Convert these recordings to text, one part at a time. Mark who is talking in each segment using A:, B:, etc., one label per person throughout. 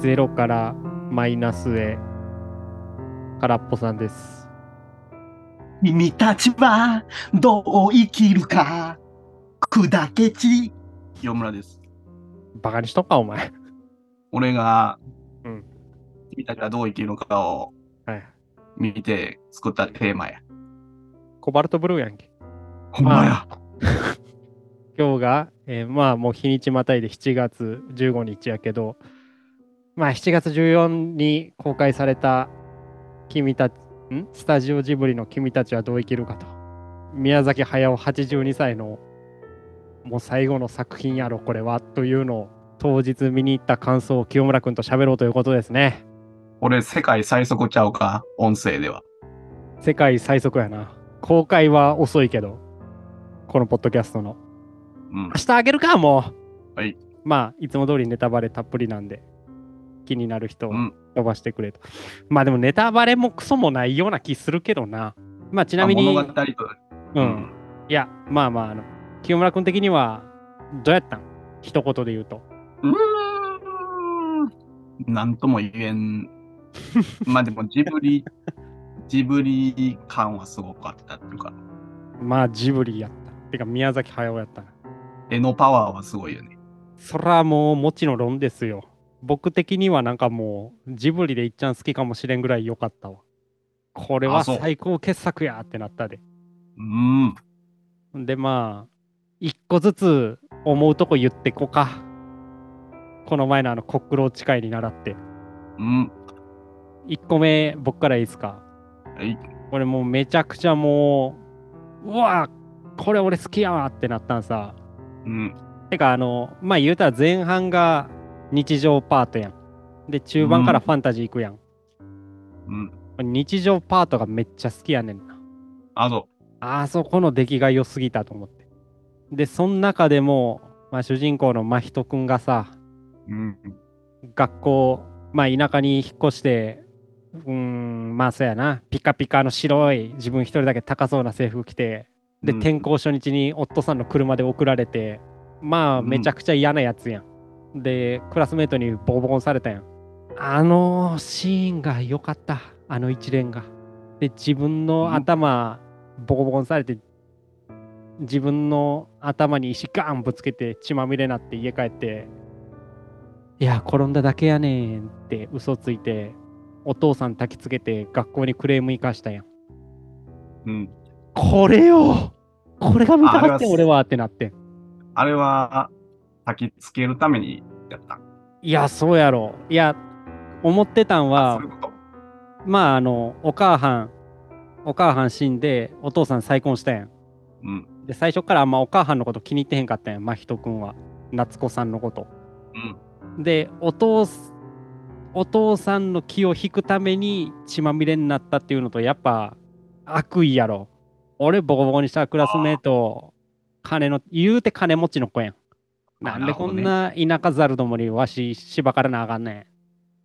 A: 0からマイナスへ空っぽさんです。
B: 君たちはどう生きるか砕け散清村です。
A: バカにしとんか、お前。
B: 俺が、
A: うん
B: 君たちはどう生きるのかを
A: はい。
B: 見て作ったテーマや。
A: コバルトブルーやんけ。
B: ほんまや。
A: 今日が、えーまあもう日にちまたいで7月15日やけど、まあ7月14に公開された君たち、んスタジオジブリの君たちはどう生きるかと。宮崎駿82歳のもう最後の作品やろこれはというのを当日見に行った感想を清村君と喋ろうということですね。
B: 俺、世界最速ちゃうか音声では。
A: 世界最速やな。公開は遅いけど、このポッドキャストの。
B: うん
A: 明。日あげるかもう
B: はい
A: まあいつも通りネタバレたっぷりなんで気になる人を
B: うん。
A: 飛ばしてくれと、まあでもネタバレもクソもないような気するけどなまあちなみに
B: あ物語と、
A: う、。
B: うん
A: いやまあまああの清村君的にはどうやったん一言で言うと
B: うーん。なんとも言え ん。まあでも、ジブリ、ジブリ感はすごかったっていうか、
A: まあジブリやったてか宮崎駿やったな
B: 絵のパワーはすごいよね。
A: そらもうもちの論ですよ僕的にはなんかもうジブリでいっちゃん好きかもしれんぐらい良かったわこれは
B: あそう
A: 最高傑作やってなったで
B: うん。
A: でまあ一個ずつ思うとこ言ってこかこの前のあのコックローチ会に習って
B: うん。
A: 一個目僕からいいですか
B: はい。
A: これもうめちゃくちゃもううわこれ俺好きやわってなったんさ
B: うん。
A: てかあのまあ言うたら前半が日常パートやんで中盤からファンタジー行くやん、
B: うん。
A: 日常パートがめっちゃ好きやねんな
B: あと、
A: あそこの出来が良すぎたと思ってでその中でも、まあ、主人公の真人くんがさ
B: うん。
A: 学校、まあ、田舎に引っ越して、うーん、まあそうやな、ピカピカの白い、自分一人だけ高そうな制服着て、で、
B: うん
A: 転校初日に夫さんの車で送られて、まあ、
B: うん
A: めちゃくちゃ嫌なやつやん。で、クラスメートにボコボコにされたやん。あのシーンが良かった、あの一連が。で、自分の頭、ボコボコにされて、自分の頭に石ガーンぶつけて血まみれになって家帰っていや、転んだだけやねんって嘘ついて、お父さん焚きつけて学校にクレーム生かしたやん。
B: うん。
A: これよこれが見たか
B: あ
A: っ
B: り
A: て
B: ます
A: 俺はってなってん。
B: あれは、焚きつけるためにやった。
A: いや、そうやろ。いや、思ってたん
B: あ、
A: は
B: そうい、うこと。
A: まあ、あの、お母さん、お母さん死んで、お父さん再婚したやん。
B: うん。
A: で、最初からあんまお母さんのこと気に入ってへんかったやん、真人くんは。夏子さんのこと。
B: うん。
A: でお父すお父さんの気を引くために血まみれになったっていうのとやっぱ悪意やろ俺ボコボコにしたクラスメート金の言うて金持ちの子やん
B: あ
A: なんでこん
B: な
A: な田舎ざるどもにわししばからなあかんね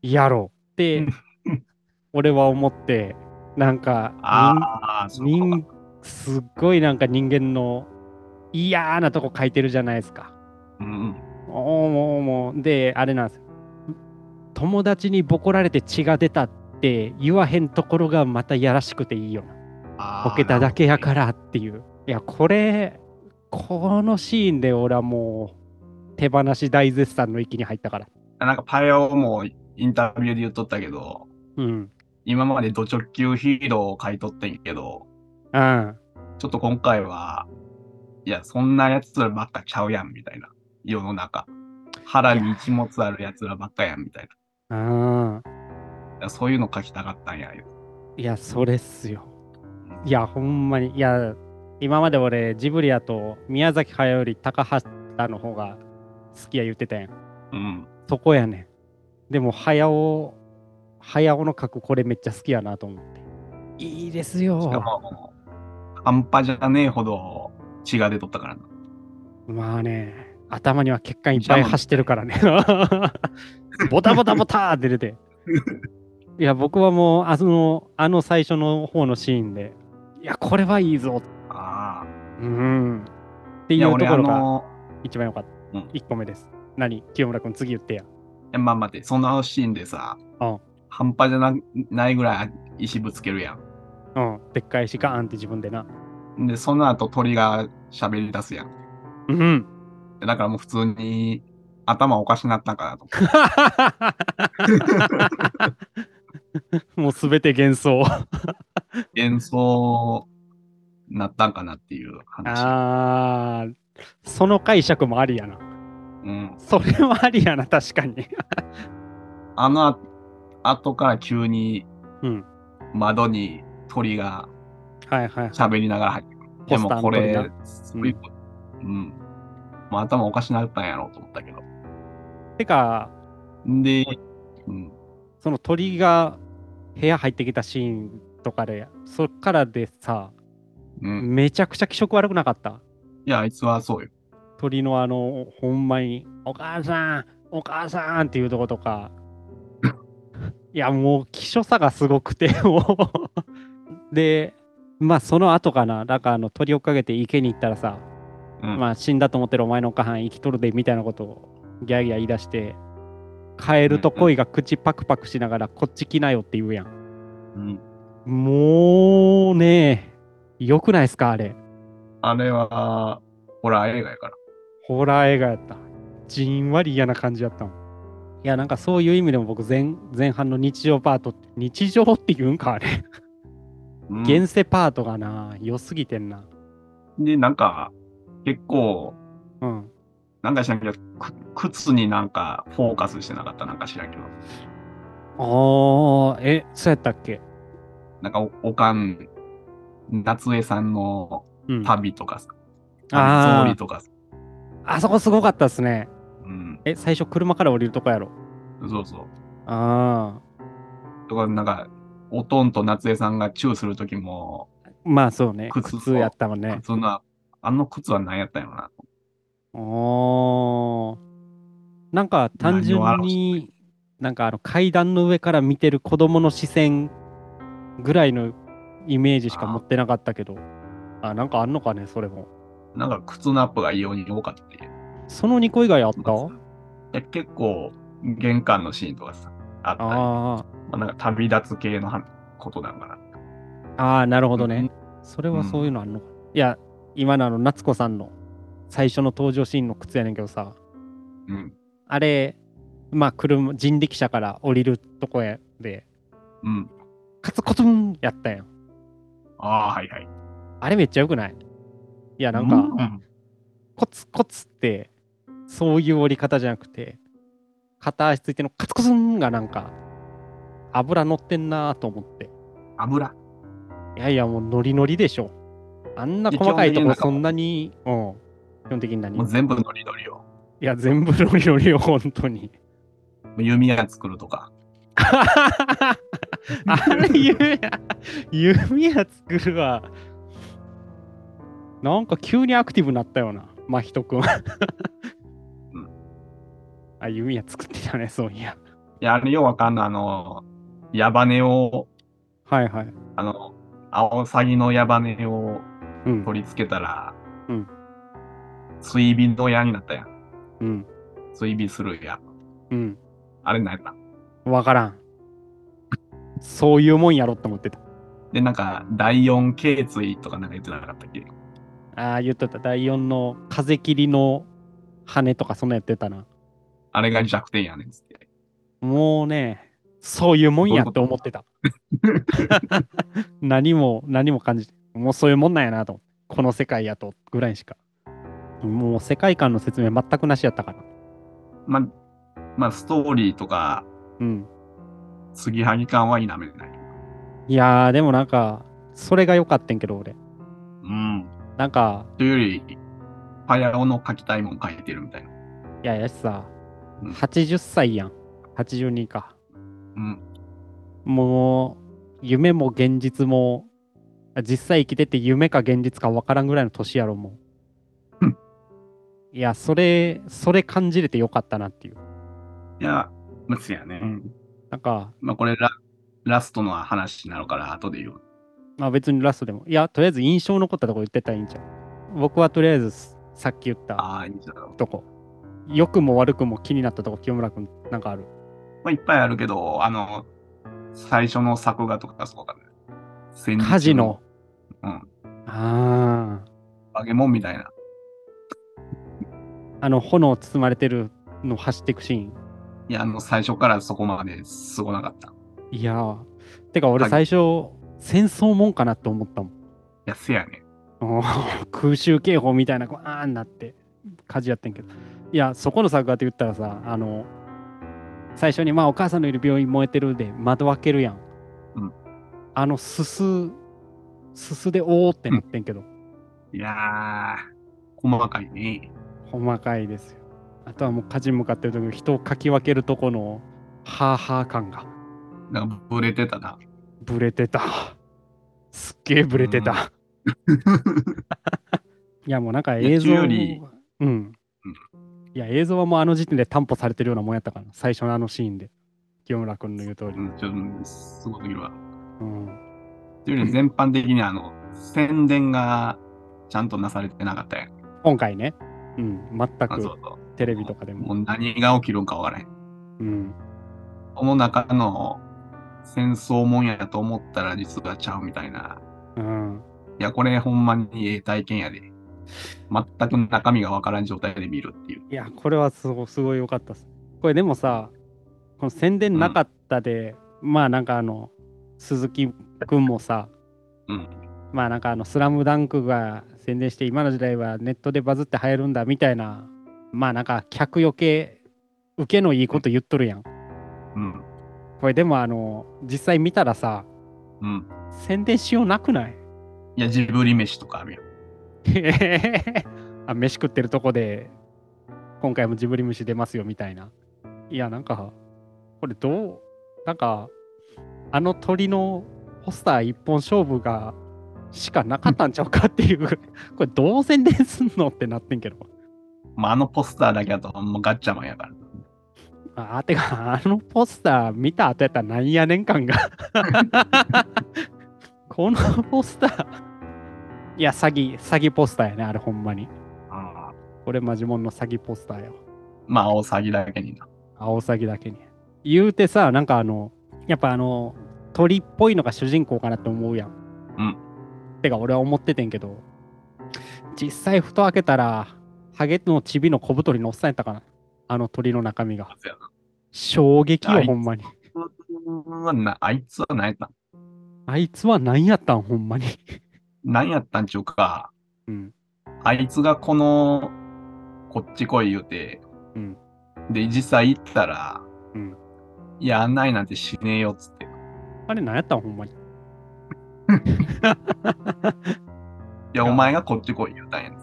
A: んやろって
B: うん
A: 俺は思ってなんか
B: ああ、そういうこと
A: 人
B: か。
A: すっごいなんか人間の嫌なとこ書いてるじゃないですか
B: うん。。
A: おーもうもうであれなんです友達にボコられて血が出たって言わへんところがまたやらしくていいよなボケただけやかららっていういやこれこのシーンで俺はもう手放し大絶賛の域に入ったから
B: なんかパレオもインタビューで言っとったけど、
A: うん
B: 今までド直球ヒーローを買い取ってんけど、
A: うん
B: ちょっと今回は、いや、そんなやつらばっかちゃうやん、みたいな。世の中。腹に一物あるやつらばっかやん、みたい
A: うん
B: な。いやそういうの書きたかったんや、言う
A: いやそれっすよいやほんまにいや今まで俺ジブリやと宮崎駿より高畑の方が好きや言ってたやん
B: うん。
A: そこやねん。でも、早尾、早尾の角、これめっちゃ好きやなと思って。いいです
B: しか
A: よ。
B: も、半端じゃねえほど血が出とったからな。
A: まあね、頭には血管いっぱい走ってるからね。ボタボタボタって出て。いや、僕はもう、あの、あの最初の方のシーンで、いや、これはいいぞ。
B: ああ。
A: うん。って
B: い
A: いう
B: や
A: ところ
B: 俺あ
A: が
B: の
A: 一番良かった。
B: うん
A: 1個目です。何清村君、次言ってや。
B: や、まあ待って、そのシーンでさ、
A: うん
B: 半端じゃなないぐらい石ぶつけるや
A: うん。でっかいしガーンって自分でな。
B: ん。で、その後鳥が喋り出すやん。
A: うん。
B: だからもう普通に頭おかしなったんかな と思って。
A: もうすべて幻想。
B: 幻想なったんかなっていう話。
A: あー、その解釈もありやな。
B: うん、
A: それはありやな、確かに。
B: あのあ後から急に
A: うん。
B: 窓に鳥が
A: はいはいはい。
B: 喋りながら入ってくる。で
A: ポスター
B: も
A: の
B: こ
A: 鳥な
B: れ、すごいうん。まあ頭おかしなったんやろうと思ったけど。
A: てか、
B: で、うん、
A: その鳥が部屋入ってきたシーンとかで、そっからでさ、
B: うん。
A: めちゃくちゃ気色悪くなかった。
B: いや、あいつはそうよ。
A: 鳥のあの、ほんまに、お母さん、お母さんっていうとことか、いや、もう、気所さがすごくて、もう。で、まあ、その後かな、なんかあの鳥を追っかけて池に行ったらさ、
B: うん。
A: まあ、死んだと思ってるお前のお母さん生きとるでみたいなことをギャーギャー言い出して、カエルと恋が口パクパクしながら、こっち来なよって言うやん。
B: うん
A: もうねえ、よくないっすか、あれ。
B: あれは、ホラー映画やから。
A: ホラー映画やった。じんわり嫌な感じやったもん。いや、なんかそういう意味でも僕前、前半の日常パートって、日常って言うんか、あれ。
B: うん
A: 現世パートがな、良すぎてんな。
B: で、なんか、結構、
A: うん。
B: なんか知らんけど、く靴になんかフォーカスしてなかったなんか知らんけど、
A: ああ、え、そうやったっけ
B: なんかおおかん、夏江さんの
A: うん。
B: 旅とかさ、
A: あ
B: 旅
A: ー
B: とかさ、
A: あそこすごかったっすね。
B: うん、
A: え、最初車から降りるとこやろ。
B: そうそう。
A: あ
B: とか、なんか、おとんと夏江さんがチューするときも、
A: あ、まあそうね。
B: 靴
A: 靴やったもんね。
B: 靴の、あの靴は何やったんやろな。
A: おーなんか単純
B: 何を表して
A: になんかあの階段の上から見てる子供の視線ぐらいのイメージしか持ってなかったけどあなんかあんのかねそれも
B: なんか靴のアップが異様に多かったっていう
A: その2個以外あった
B: まあで結構、玄関のシーンとかさ、あったり、ま
A: あ
B: あ、なんか旅立つ系のはことなんかな。
A: ーあーなるほど
B: う
A: ね
B: ん
A: それはそういうのあんのかいや今のあの夏子さんの最初の登場シーンの靴やねんけどさ
B: うん。
A: あれまあ車人力車から降りるとこやで
B: うん。
A: カツコツンやったやん
B: ああ、はいはい。
A: あれめっちゃよくないいや、なんか、
B: うん
A: コツコツって、そういう折り方じゃなくて、片足ついてのカツコツンがなんか、油乗ってんなと思って。
B: 油。
A: いやいや、もうノリノリでしょ。あんな
B: で
A: 細かいと
B: 基本的に
A: こ
B: なんかも
A: そんなに、うん。基本的に何
B: もう
A: い
B: 全部ノリノリよ。
A: や、全部ノリノリよ、本当に。
B: 弓矢作るとか。
A: あれ、弓矢、弓矢作るわ。なんか急にアクティブになったよな、真人くん。あ、弓矢作ってたね、そういや。
B: いや、あれようわかんない。あの、矢羽を、
A: はいはい。
B: あの、アオサギの矢羽を
A: うん。
B: 取り付けたら、
A: うん
B: 追尾の矢になったやん。
A: うん。
B: 追尾する矢。
A: うん。
B: あれなんやった
A: わからん。そういうもんやろって思ってた。
B: で、なんか、第4頸椎とかなんか言ってなかったっけ
A: ああ、言っとった。第4の風切りの羽とか、そんなやってたな。
B: あれが弱点やねんっつって。
A: もうね、そういうもんやって思ってた。 何も、何も感じて、もうそういうもんなんやなと思って、この世界やと、ぐらいしか。もう世界観の説明全くなしやったから。
B: まあ、まあ、ストーリーとか、
A: うん。
B: 継ぎはぎ感は否めない。
A: いやー、でもなんか、それが良かったんけど、俺。
B: うん。
A: なんか、
B: というより、パヤオの書きたいもん書いてるみたいな。
A: いや、やしさ
B: うん、
A: 80歳やん。82か。
B: うん。
A: もう、夢も現実も、あ実際生きてて夢か現実か分からんぐらいの年やろ、もう
B: うん。
A: いや、それ、それ感じれてよかったなっていう。
B: いや、むつやね。
A: なんか、
B: まあ、これラ、ラストの話になるから、後で言う。
A: まあ別にラストでも、いや、とりあえず印象残ったとこ言ってたらいいんちゃう僕はとりあえず、さっき言った
B: ああ、いいじゃん。
A: とこ、良くも悪くも気になったとこ、清村君なんかある。
B: まあ、いっぱいあるけど、あの、最初の作画とかそうだね。戦時中
A: カジノ。
B: うん。
A: ああ。
B: バゲモンみたいな。
A: あの、炎包まれてるの走っていくシーン。
B: いや、あの、最初からそこまですごなかった。い
A: いやー。てか俺
B: はい
A: 最初、戦争もんかなって思ったもん。
B: や、せやね。
A: おー空襲警報みたいな、こうあーんなって、火事やってんけど。いや、そこの作画って言ったらさ、あの、最初に、まあ、お母さんのいる病院燃えてるで、窓開けるやん。
B: うん
A: あの、すす、すすでおーってなってんけど、
B: いやー、細かいね。
A: 細かいですよ。あとはもう火事に向かってる時の人をかき分けるとこの、ハーハー感が、
B: なんか、ブレてた な。
A: ブレてた。すっげえブレてた。
B: う
A: いやもうなんか
B: いや
A: 映像
B: 中より
A: うん。いや映像はもうあの時点で担保されてるようなもんやったから、最初のあのシーンで。清村君の言う通り。
B: うん、ちょっと、すごすぎるわ。
A: うん。
B: というより、全般的にあの、宣伝がちゃんとなされてなかったやん。
A: 今回ね。うん。全
B: あそ
A: く
B: うそ
A: テレビとかで
B: う。も
A: も。
B: う何が起きるんかわからへん。
A: うん。
B: この中の戦争もんやと思ったら実はちゃうみたいな。
A: うん。
B: いや、これほんまにええ体験やで。全く中身がわからん状態で見るっていう。
A: いや、これはすごすごい良かったっす。これでもさ、この宣伝なかったで、まあなんかあの、鈴木君もさ、
B: うん
A: まあなんかあの、スラムダンクが宣伝して、今の時代はネットでバズって流行るんだみたいな、まあなんか客余計、受けのいいこと言っとるやん。
B: うん。
A: これでもあの、実際見たらさ、
B: うん。
A: 宣伝しようなくない
B: いや、ジブリ飯とかあるやん。
A: あ飯食ってるとこで、今回もジブリ虫出ますよみたいな。いや、なんか、これどう、なんか、あの鳥のポスター一本勝負が、しかなかったんちゃうかっていう、 これどう宣伝すんのってなってんけど。
B: まあ、あのポスターだけだとほんまガッチャマンやから。
A: あ、てか、あのポスター見た後やったらなんやねん感が。 このポスター。いや、詐欺、詐欺ポスターやね、あれほんまに。
B: あ
A: これマジモンの詐欺ポスターよ。
B: まあ、大騒ぎだけにな。
A: 青詐欺だけに。言うてさ、なんかあの、やっぱあの、鳥っぽいのが主人公かなって思うやん。
B: うん。
A: てか、俺は思っててんけど、実際、ふと開けたら、ハゲのチビの小太りのおっさんやったかな。あの鳥の中身が。
B: そうやな
A: 衝撃
B: あ
A: よ、
B: いつ
A: ほんまに。
B: うわなあいつは何やったん
A: あいつは何やったんほんまに。
B: 何やったんちゅうか、
A: うん。
B: あいつがこの、こっち来い言うて、
A: うん
B: で、実際行ったら、
A: うん
B: いや、あんないなんてしねえよっつって。い
A: あれ何やったんほんまに。
B: や、お前がこっち来い言うたんやん。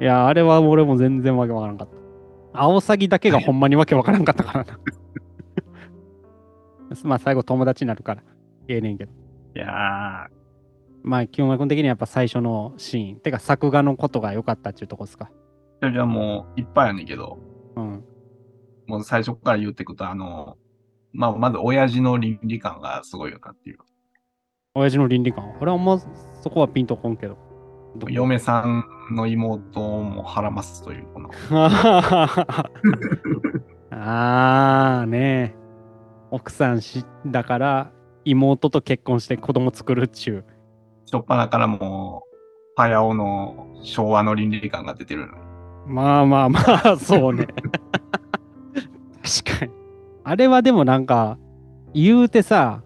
A: いや、あれは俺も全然わけわからんかった。アオサギだけがほんまにわけわからんかった からな。まあ最後友達になるから。ええねんけど。
B: いや
A: まあ清村君的にはやっぱ最初のシーン。てか作画のことが良かったっていうとこですか。
B: ー、じゃあもういっぱいやねんけど、
A: うん。
B: もう最初から言ってくと、あの、まあ、まず親父の倫理観がすごいよなっていう。
A: 親父の倫理観。俺はもうそこはピンとこんけど。どこ
B: 嫁さんの妹も孕ますという、この。
A: ああねえ。奥さんしだから妹と結婚して子供作るっちゅう。
B: しょっぱなからもう、早尾の昭和の倫理観が出てるの。
A: まあまあまあ、そうね。確かに。あれはでもなんか、言うてさ、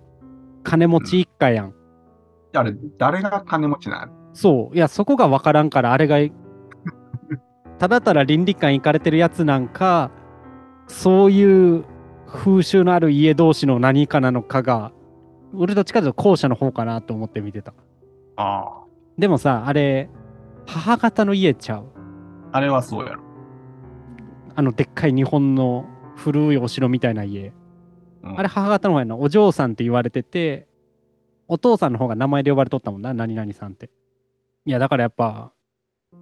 A: 金持ち一家やん。
B: あれ、誰が金持ちなの
A: そう。いや、そこが分からんから、あれが、ただただ倫理観いかれてるやつなんか、そういう風習のある家同士の何かなのかが、俺どっちかというと後者の方かなと思って見てた。
B: あ
A: でもさ、あれ、母方の家ちゃう。
B: あ。あれはそうやろ。
A: あのでっかい日本の古いお城みたいな家。
B: うん
A: あれ母方の方やな、お嬢さんって言われてて、お父さんの方が名前で呼ばれとったもんな、何々さんって。いや、だからやっぱ、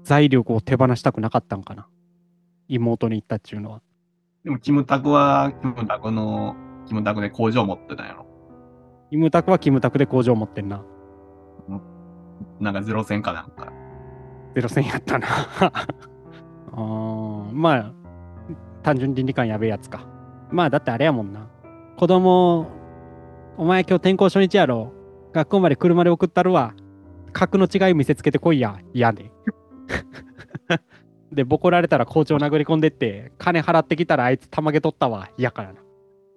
A: 財力を手放したくなかったんかな。妹に言ったっちゅうのは。
B: でも、キムタクは、キムタクの、キムタクで工場持ってたんやろ。
A: キムタクはキムタクで工場持ってんな。
B: なんかゼロ戦かなんか。
A: ゼロ戦やったな。あーまあ、単純倫理観やべえやつか。まあだってあれやもんな。子供、お前今日転校初日やろ。学校まで車で送ったるわ。格の違い見せつけてこいや。嫌ね。 で、ボコられたら校長殴り込んでって、金払ってきたらあいつ玉毛取ったわ。嫌からな。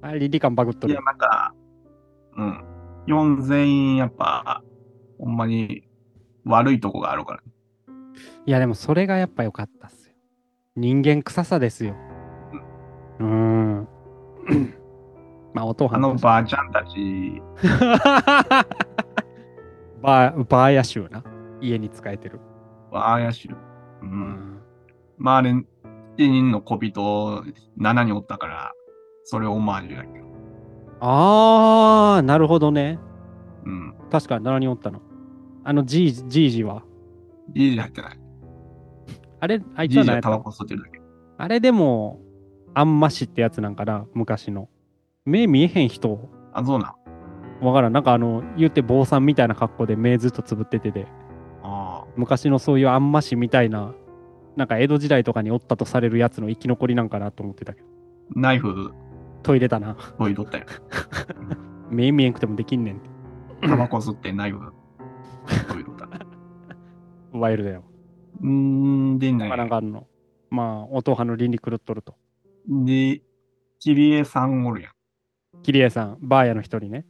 A: あれ倫理観バグっと
B: い
A: る
B: や、。なんか、うん。日本全員、やっぱ、ほんまに悪いとこがあるから。
A: いやでもそれがやっぱ良かったっすよ。人間臭さですよ。うー ん。まあ音を
B: あのばあちゃんたち、
A: バー バーヤ州な家に使えてる、
B: は怪しい。う。
A: うん
B: まあ、あれ、7人の小人、7人おったから、それオマージュだけど。
A: あーなるほどね
B: うん。
A: 確かに7人おったのあのじいじじいじは
B: じいじ入ってない。
A: あれあいつ
B: じ
A: はい何
B: じ
A: や
B: が
A: った
B: タバ
A: の
B: コ吸ってるだけ。
A: あれでもあんましってやつなんかな昔の目見えへん人
B: あ、そうなん。
A: わからんなんかあの言って坊さんみたいな格好で目ずっとつぶっててで
B: あ
A: 昔のそういうあんましみたいななんか江戸時代とかにおったとされるやつの生き残りなんかなと思ってたけど
B: あ。ナイフ、
A: トイレだな
B: 研いどったよ。
A: 目見えんくてもできんねんって
B: タバコ吸ってナイフ、研いどった。
A: ワイルドやわ
B: うん、で、
A: まあ、なん
B: な
A: かあるの。まあ、音派の倫理狂っとると。
B: で、キリエさんおるやん。
A: キリエさん、バーヤの一人ね。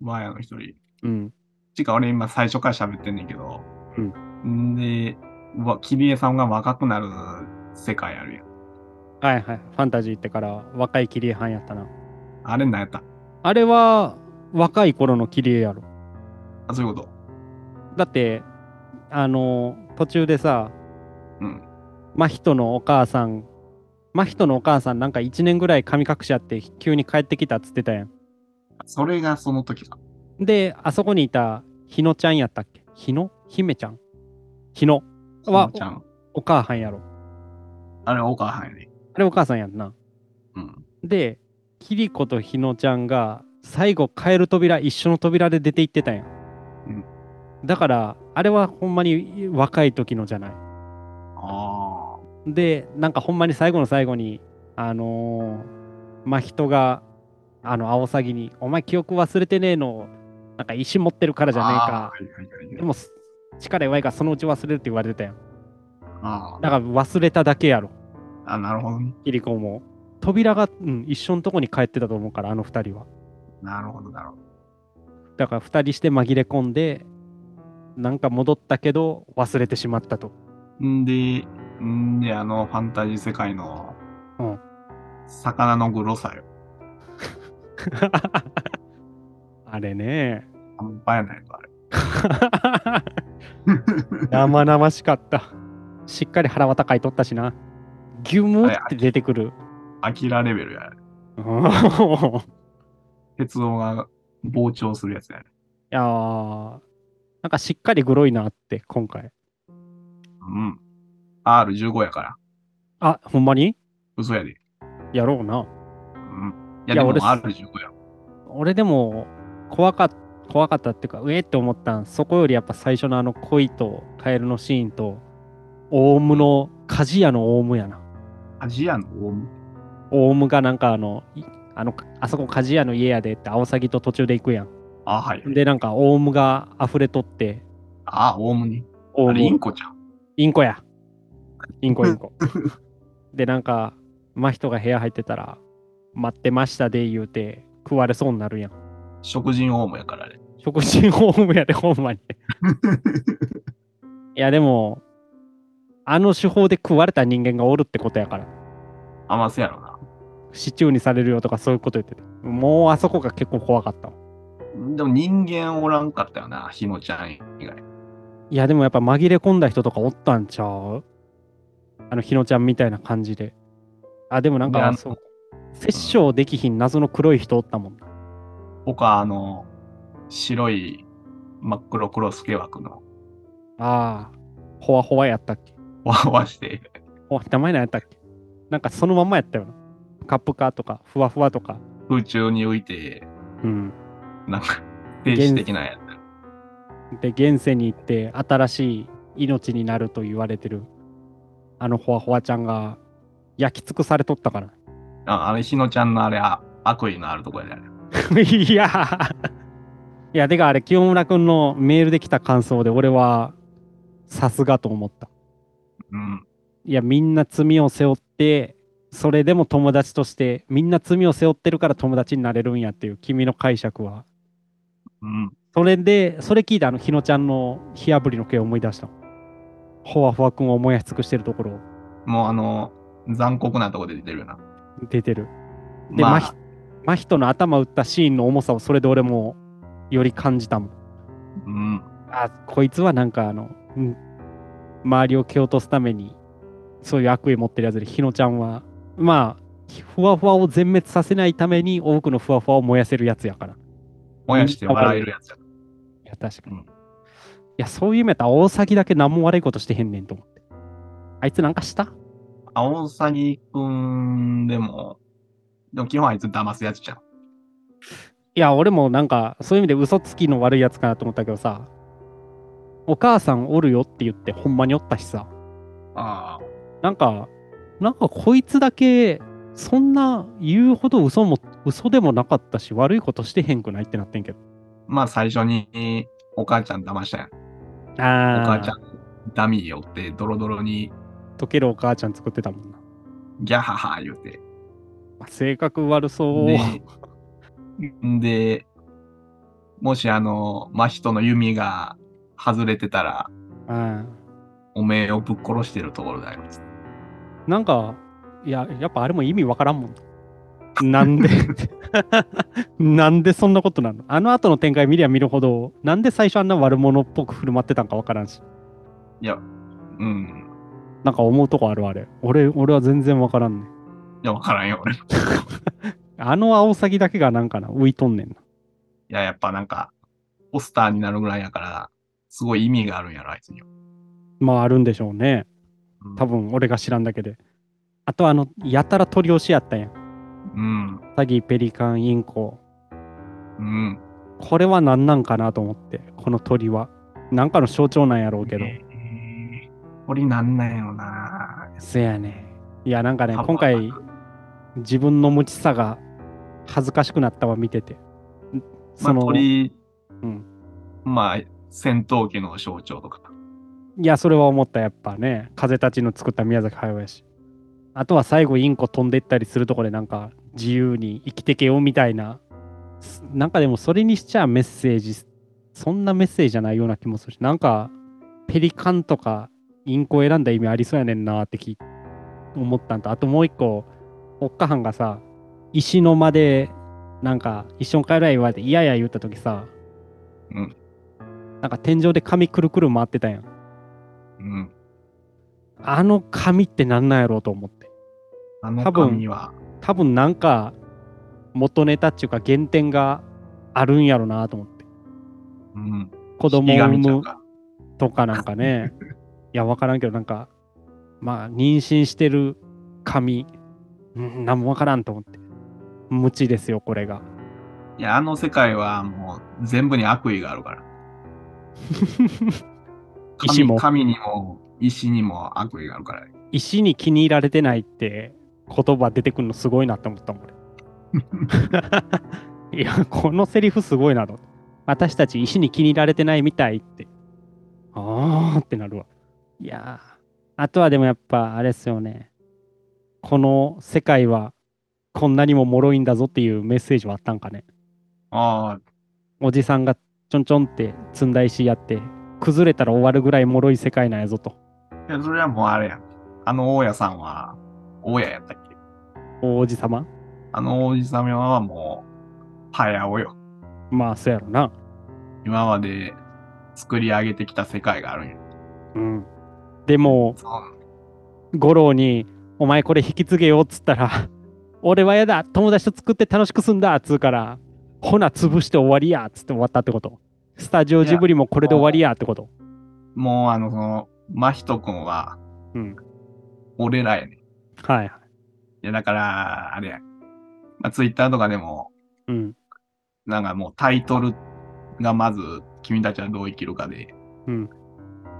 B: マーヤの一人。
A: うん。
B: てか俺今最初から喋ってんねんけど、
A: うん
B: んでうわキリエさんが若くなる世界あるやん
A: はいはい。ファンタジーってから若いキリエ班やったな。
B: あれなんやった
A: あれは若い頃のキリエやろ。
B: あそういうこと
A: だって、あの、途中でさ、
B: うん
A: 真人のお母さん、真人のお母さんなんか1年ぐらい神隠しあって急に帰ってきたっつってたやん。
B: それがその時か
A: で、あそこにいた日野ちゃんやったっけ日野姫ちゃん日野は
B: そのちゃん
A: お母はんやろ。
B: あれお母さんやね
A: あれお母さんやんな。
B: うん
A: で、キリコとヒノちゃんが最後変える扉一緒の扉で出て行ってたんや。
B: うん
A: だからあれはほんまに若い時のじゃない。
B: あ
A: でなんかほんまに最後の最後にあのー、まあ人があのアオサギに「お前記憶忘れてねえのなんか石持ってるから
B: あ
A: じゃねえ
B: あ
A: か
B: ーはいはいはい
A: でもす力弱いからそのうち忘れる」って言われてたやん
B: あ
A: だから忘れただけやろ
B: ーあなるほどね
A: キリコも扉が、うん、一緒のとこに帰ってたと思うからあの二人は
B: なるほどなるほど
A: だから2人して紛れ込んで、なんか戻ったけど忘れてしまったと。
B: んでんであのファンタジー世界の
A: うん
B: 魚のグロさよ
A: あれね。
B: 半端やないかあれ
A: 生々しかった。しっかり腹渡かいとったしな。ギュムって出てくる。
B: アキラレベルやあれ
A: うんい
B: 鉄道が膨張するやつやね
A: やーなんかしっかりグロいなって、今回。
B: うん。R15 やから。
A: あ、ほんまに
B: 嘘やで。
A: やろうな。
B: うん。い
A: いや
B: や、でも
A: 俺す
B: R15 や。
A: 俺でも怖かっ怖かったっていうか、うえって思ったん、そこよりやっぱ最初のあの恋とカエルのシーンと、オウムの、鍛冶屋のオウムやな。
B: アジアのオウム。
A: オウムがなんかあの、いあの、あそこ鍛冶屋の家やでってアオサギと途中で行くやん。
B: あ、はい。
A: で、なんかオウムが溢れとって、
B: あ、オウムに。
A: オ
B: あ
A: ウム
B: れ、インコちゃん。
A: インコや。インコインコ。 で、なんか、真人が部屋入ってたら、待ってましたで言うて、食われそうになるやん。
B: 食人オウムやからね。
A: 食人ホームやで、ほん まに。いや、でも、あの手法で食われた人間がおるってことやから、
B: あ、まあ、せやろな。
A: シチューにされるよとかそういうこと言ってた。もうあそこが結構怖かったわ。
B: でも人間おらんかったよな、ひのちゃん以外。
A: いや、でもやっぱ紛れ込んだ人とかおったんちゃうあの、日野ちゃんみたいな感じで。あ、でもなん
B: い
A: か、
B: や
A: そう。殺生できひん謎の黒い人おったもんな。
B: 他、あの、白い真っ黒黒スケ枠の、
A: ああ、ほわほわやったっけ
B: わわして、
A: ほわ名前何やったっけなんかそのまんまやったよな。カップカーとか、ふわふわとか。
B: 空中に浮いて、
A: うん。
B: なんか、停止的なんやっ
A: で
B: た。
A: 現世に行って新しい命になると言われてるあのほわほわちゃんが焼き尽くされとったから
B: ああれ、日野ちゃんのあれ、あ悪意のあるとこやね。
A: いやーいやてかあれ清村君のメールで来た感想で俺はさすがと思った
B: うん。
A: いやみんな罪を背負ってそれでも友達としてみんな罪を背負ってるから友達になれるんやっていう君の解釈は
B: うん。
A: それでそれ聞いたあの日野ちゃんの火炙りの件を思い出したほわほわ君を燃やし尽くしてるところ
B: もうあの、残酷なとこで出てるよな。
A: 出てるで、
B: ま
A: ま
B: あ、
A: ひ真人の頭打ったシーンの重さをそれで俺もより感じたもん
B: うん。
A: あこいつはなんかあの、うん周りを蹴落とすためにそういう悪意持ってるやつで日野ちゃんはまあふわふわを全滅させないために多くのふわふわを燃やせるやつやからい
B: 燃やして笑えるやつや。
A: や確かに、
B: うん
A: いやそういう意味やったら大崎だけ何も悪いことしてへんねんと思ってあいつなんかした
B: 青サギくんでも、でも基本あいつ騙すやつじゃん。
A: いや、俺もなんか、そういう意味で嘘つきの悪いやつかなと思ったけどさ、お母さんおるよって言って、ほんまにおったしさ、
B: ああ。
A: なんか、なんかこいつだけ、そんな言うほど嘘も、嘘でもなかったし、悪いことしてへんくないってなってんけど。
B: まあ最初にお母ちゃん騙したやん。お
A: あ
B: 母ちゃん、ダミーを追って、ドロドロに
A: 溶けるお母ちゃん作ってたもんな。
B: ギャハハ言うて。
A: まあ性格悪そう。
B: で、でもしあの、真人の弓が外れてたら、
A: うん
B: おめえをぶっ殺してるところだよ。
A: なんか、いや、やっぱあれも意味わからんもん。なんで なんでそんなことなのあの後の展開見りゃ見るほど、なんで最初あんな悪者っぽく振る舞ってたんかわからんし。
B: いや、うん。
A: なんか思うとこあるあれ。俺、俺は全然わからんね。
B: いや、わからんよ、 俺。い
A: あのアオサギだけがなんかな、浮いとんねんな。
B: や、やっぱなんか、ポスターになるぐらいやから、すごい意味があるんやろ、あいつには。
A: まああるんでしょうね。
B: うん
A: 多。分俺が知らんだけで。あとあの、やたら取り押しやったやん。
B: うん。
A: サギ、ペリカン、インコ。
B: うん。
A: これは何なんかなと思って、この鳥は。なんかの象徴なんやろうけど。
B: えー鳥なんなんやろな。
A: せやね。いや、なんかね、
B: あ
A: 今回、自分の無知さが恥ずかしくなったわ、見てて。ん
B: まあ、
A: その、い
B: 鳥、
A: うん
B: まあ、戦闘機の象徴とか。
A: や、それは思った、やっぱね。風たちの作った宮崎駿やし。あとは最後、インコ飛んでったりするとこで、なんか、自由に生きてけよみたいな。すなんかでも、それにしちゃメッセージ、そんなメッセージじゃないような気もするし、なんか、ペリカンとか、インコ選んだ意味ありそうやねんなって聞い思ったんと、あともう一個、おっかはんがさ、石の間で、なんか、一緒に帰ら言われて、いやいや言ったときさ、
B: うん
A: なんか天井で髪くるくる回ってたやん。
B: うん。
A: あの髪ってなんなんやろうと思って。
B: あ
A: 多
B: の
A: 分
B: 紙は、
A: 多分なんか、元ネタっていうか原点があるんやろなと思って。
B: うん。
A: 子供を産
B: 引き紙ちゃう
A: む
B: か
A: とかなんかね。いや、わからんけど、なんか、まあ、妊娠してる髪、うん、なんもわからんと思って。無知ですよ、これが。
B: いや、あの世界はもう全部に悪意があるから。神
A: 石も
B: 神にも、石にも悪意があるから。
A: 石に気に入られてないって言葉出てくるのすごいなって思ったもん俺いやこのセリフすごいなと私たち石に気に入られてないみたいってああってなるわいやーあとはでもやっぱあれっすよねこの世界はこんなにも脆いんだぞっていうメッセージはあったんかね
B: ああ、
A: おじさんがちょんちょんって積んだ石やって崩れたら終わるぐらい脆い世界なんやぞと
B: いや、それはもうあれやん。あの大家さんは、大家やったっけ
A: おじさま
B: あの王子様はもう、早およ。
A: まあそうやろな
B: 今まで作り上げてきた世界があるんや。
A: うん、でも
B: そう
A: 五郎に「お前これ引き継げよ」っつったら 「俺はやだ友達と作って楽しくすんだ」っつうから「ほな潰して終わりや」っつって終わったってことスタジオジブリもこれで終わりやってこと
B: もうあの、その、真人君は、
A: うん
B: 俺らやね。
A: はいはい
B: いや、だから、あれや。まあ、ツイッターとかでも、
A: うん
B: なんかもうタイトルがまず、君たちはどう生きるかで、
A: うん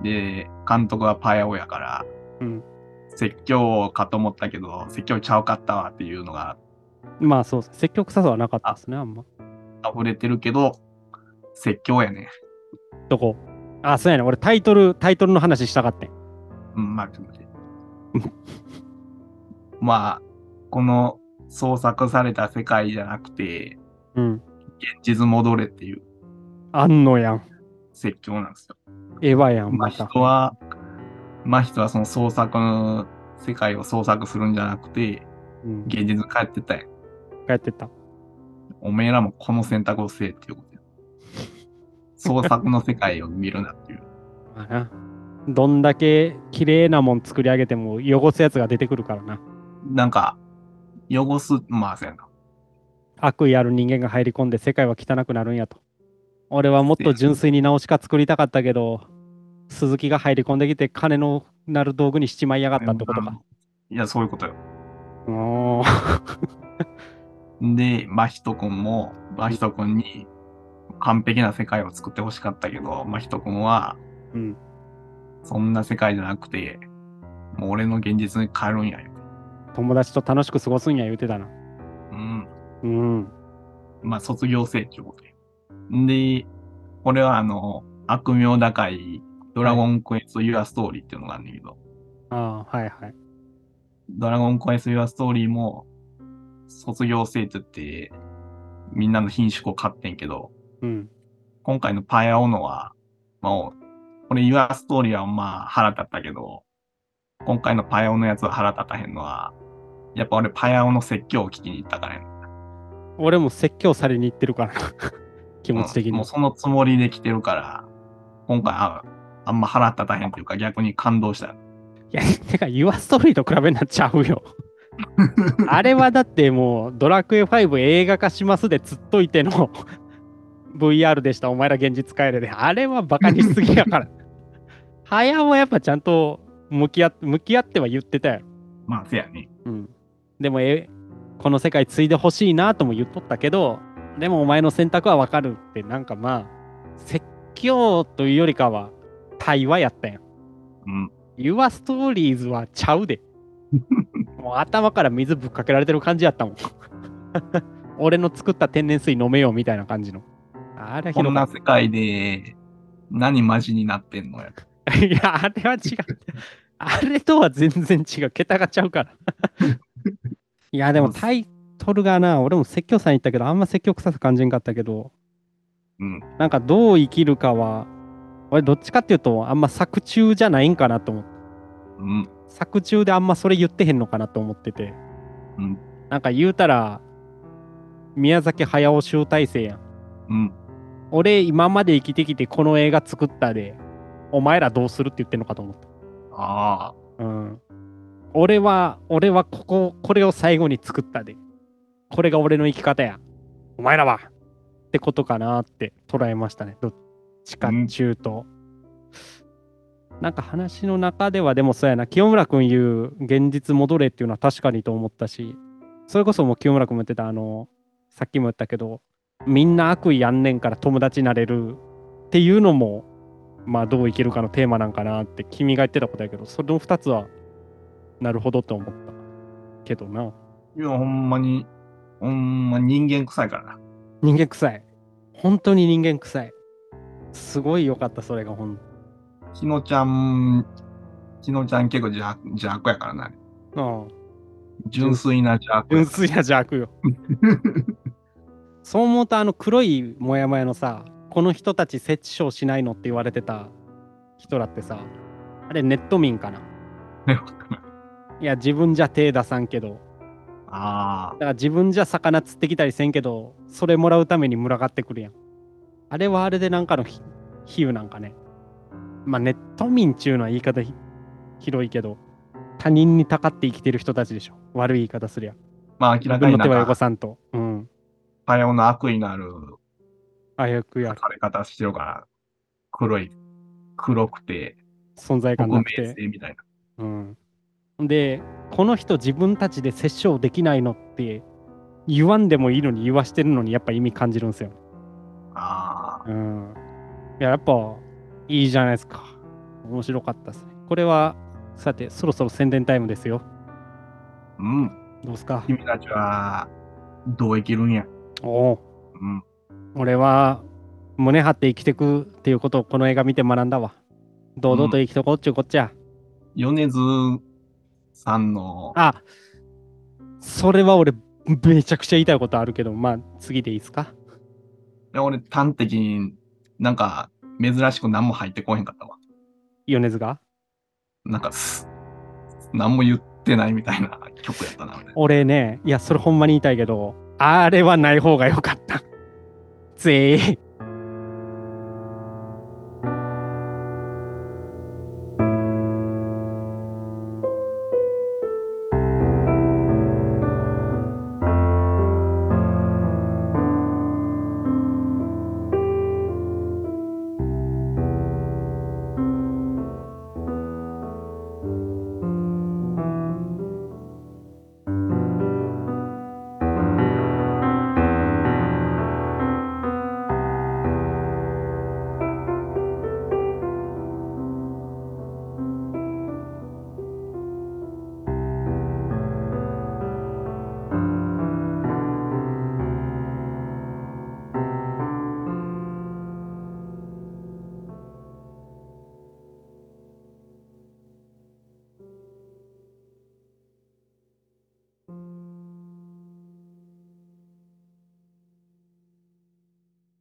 B: で、監督はパヤオやから、
A: うん
B: 説教かと思ったけど、説教ちゃうかったわっていうのが
A: まあそう、積極さはなかったですね、あんま。
B: 溢れてるけど、説教やね。
A: どこあ、そうやね。俺タイトル、タイトルの話したかってん。
B: うん、まあ、ちょっ と待ってまあ、この創作された世界じゃなくて、
A: うん。
B: 現実戻れっていう
A: あんのやん。
B: 説教なんですよ。
A: エヴァやん、
B: まあ
A: また。
B: 人は、まあ人はその創作の世界を創作するんじゃなくて、
A: うん、
B: 現実に帰ってったやん。
A: 帰ってった。
B: おめえらもこの選択をせえっていうことや。創作の世界を見るなっていう。
A: まあな。どんだけ綺麗なもん作り上げても汚すやつが出てくるからな。
B: なんか、汚す、まあそうやな。
A: 悪意ある人間が入り込んで世界は汚くなるんやと。俺はもっと純粋に直しか作りたかったけど、鈴木が入り込んできて金のなる道具にしちまいやがったってことか。
B: いや、そういうことよ。
A: お
B: で、真人くんも、真人くんに完璧な世界を作ってほしかったけど、真人くんは、
A: うん
B: そんな世界じゃなくて、もう俺の現実に帰るんやよ。
A: 友達と楽しく過ごすんや言うてたな。
B: うん。
A: うん。
B: まあ、卒業生っていうことで。で、これはあの、悪名高いドラゴンクエスト・ユア・ストーリーっていうのがあるんだけど、
A: ああ、はいはい。
B: ドラゴンクエスト・ユア・ストーリーも、卒業生って言って、みんなの品種を買ってんけど、
A: うん。
B: 今回のパイアオノは、もう、これユアストーリーはまあ腹立ったけど、今回のパイアオのやつは腹立たへんのは、やっぱ俺パイアオの説教を聞きに行ったからやね
A: 俺も説教されに行ってるからな。 気
B: 気
A: 持ち的に。
B: もうそのつもりで来てるから、今回ああんま腹立たへんっていうか逆に感動した。
A: いや、てか、ユアストーリーと比べになっちゃうよ。あれはだってもう、ドラクエ5映画化しますでつっといての VR でした、お前ら現実帰れで。あれはバカにしすぎやから。早もやっぱちゃんと向き合っ向き合っては言ってたよ。
B: まあせやね。
A: うん、でもえ、この世界継いでほしいなとも言っとったけど、でもお前の選択はわかるって、なんかまあ、説教というよりかは、対話やったやん。
B: うん。
A: Your Stories はちゃう で。もう頭から水ぶっかけられてる感じやったもん。 俺の作った天然水飲めよみたいな感じの。あれはひ
B: こ
A: ど
B: ん
A: か
B: な
A: っ
B: 世界で何マジになってんのや。
A: た。 いや、あれは違う。あれとは全然違う。桁がちゃう から。いや、でもタイトルがな、俺も説教さん言ったけど、あんま説教臭さ感じんかったけど、
B: うん。
A: なんかどう生きるかは、俺どっちかっていうと、あんま作中じゃないんかなと思って。
B: うん。
A: 作中であんまそれ言ってへんのかなと思ってて。
B: うん。
A: なんか言うたら、宮崎駿集大成やん。
B: うん。
A: 俺、今まで生きてきてこの映画作ったで、お前らどうするって言ってんのかと思っ
B: ああ。
A: た。うん。俺は、俺はここ、これを最後に作ったで。これが俺の生き方や。お前らはってことかなって捉えましたね。どっちか中と。なんか話の中ではでもそうやな清村君言う「現実戻れ」っていうのは確かにと思ったしそれこそもう清村君も言ってたあのさっきも言ったけどみんな悪意やんねんから友達になれるっていうのもまあどう生きるかのテーマなんかなって君が言ってたことやけどその2つはなるほどと思ったけどない
B: や、ほんまに、ほんま人間臭いからな。
A: 人間臭い本当に人間臭いすごい良かったそれがほん
B: きのちゃん、きのちゃん結構邪悪邪悪やからな。
A: うん
B: 純粋な邪悪。
A: 純粋な邪悪よそう思うとあの黒いモヤモヤのさこの人たち設置症しないのって言われてた人らってさあれネット民かな
B: ねわかんない
A: いや自分じゃ手出さんけど
B: あ
A: だから自分じゃ魚釣ってきたりせんけどそれもらうために群がってくるやんあれはあれでなんかのひ比喩なんかねまあネット民っちゅうのは言い方ひ広いけど他人にたかって生きてる人たちでしょ悪い言い方すりゃ
B: あ。まあ明
A: 自
B: らか
A: 分
B: に
A: の
B: な
A: 手は
B: ん
A: 汚
B: か、
A: さんとうん
B: パヤオの悪意のある
A: あやくや
B: 書かれ方してるから、黒い、黒くて、
A: 存在感
B: 匿
A: な
B: 名
A: くて。
B: 性みたいな。
A: うん、で、この人自分たちで殺生できないのって言わんでもいいのに言わしてるのにやっぱ意味感じるんですよ。
B: ああ。
A: うん、いややっぱいいじゃないですか。面白かったですね。これはさて、そろそろ宣伝タイムですよ。
B: うん。
A: どうすか
B: 君たちは、どう生きるんや。
A: おお、
B: うん。
A: 俺は胸張って生きてくっていうことをこの映画見て学んだわ。堂々と生きとこうっちゅうこっちゃ。
B: 米津さんの、
A: あ、それは俺、めちゃくちゃ言いたいことあるけど、まあ、次でいいですか
B: いや俺端的になんか珍しく何も入ってこへんかったわ。
A: 米津が
B: なんかす、何も言ってないみたいな曲やったな。俺
A: 俺ね、いや、それほんまに言いたいけど、あれはない方がよかった。全員、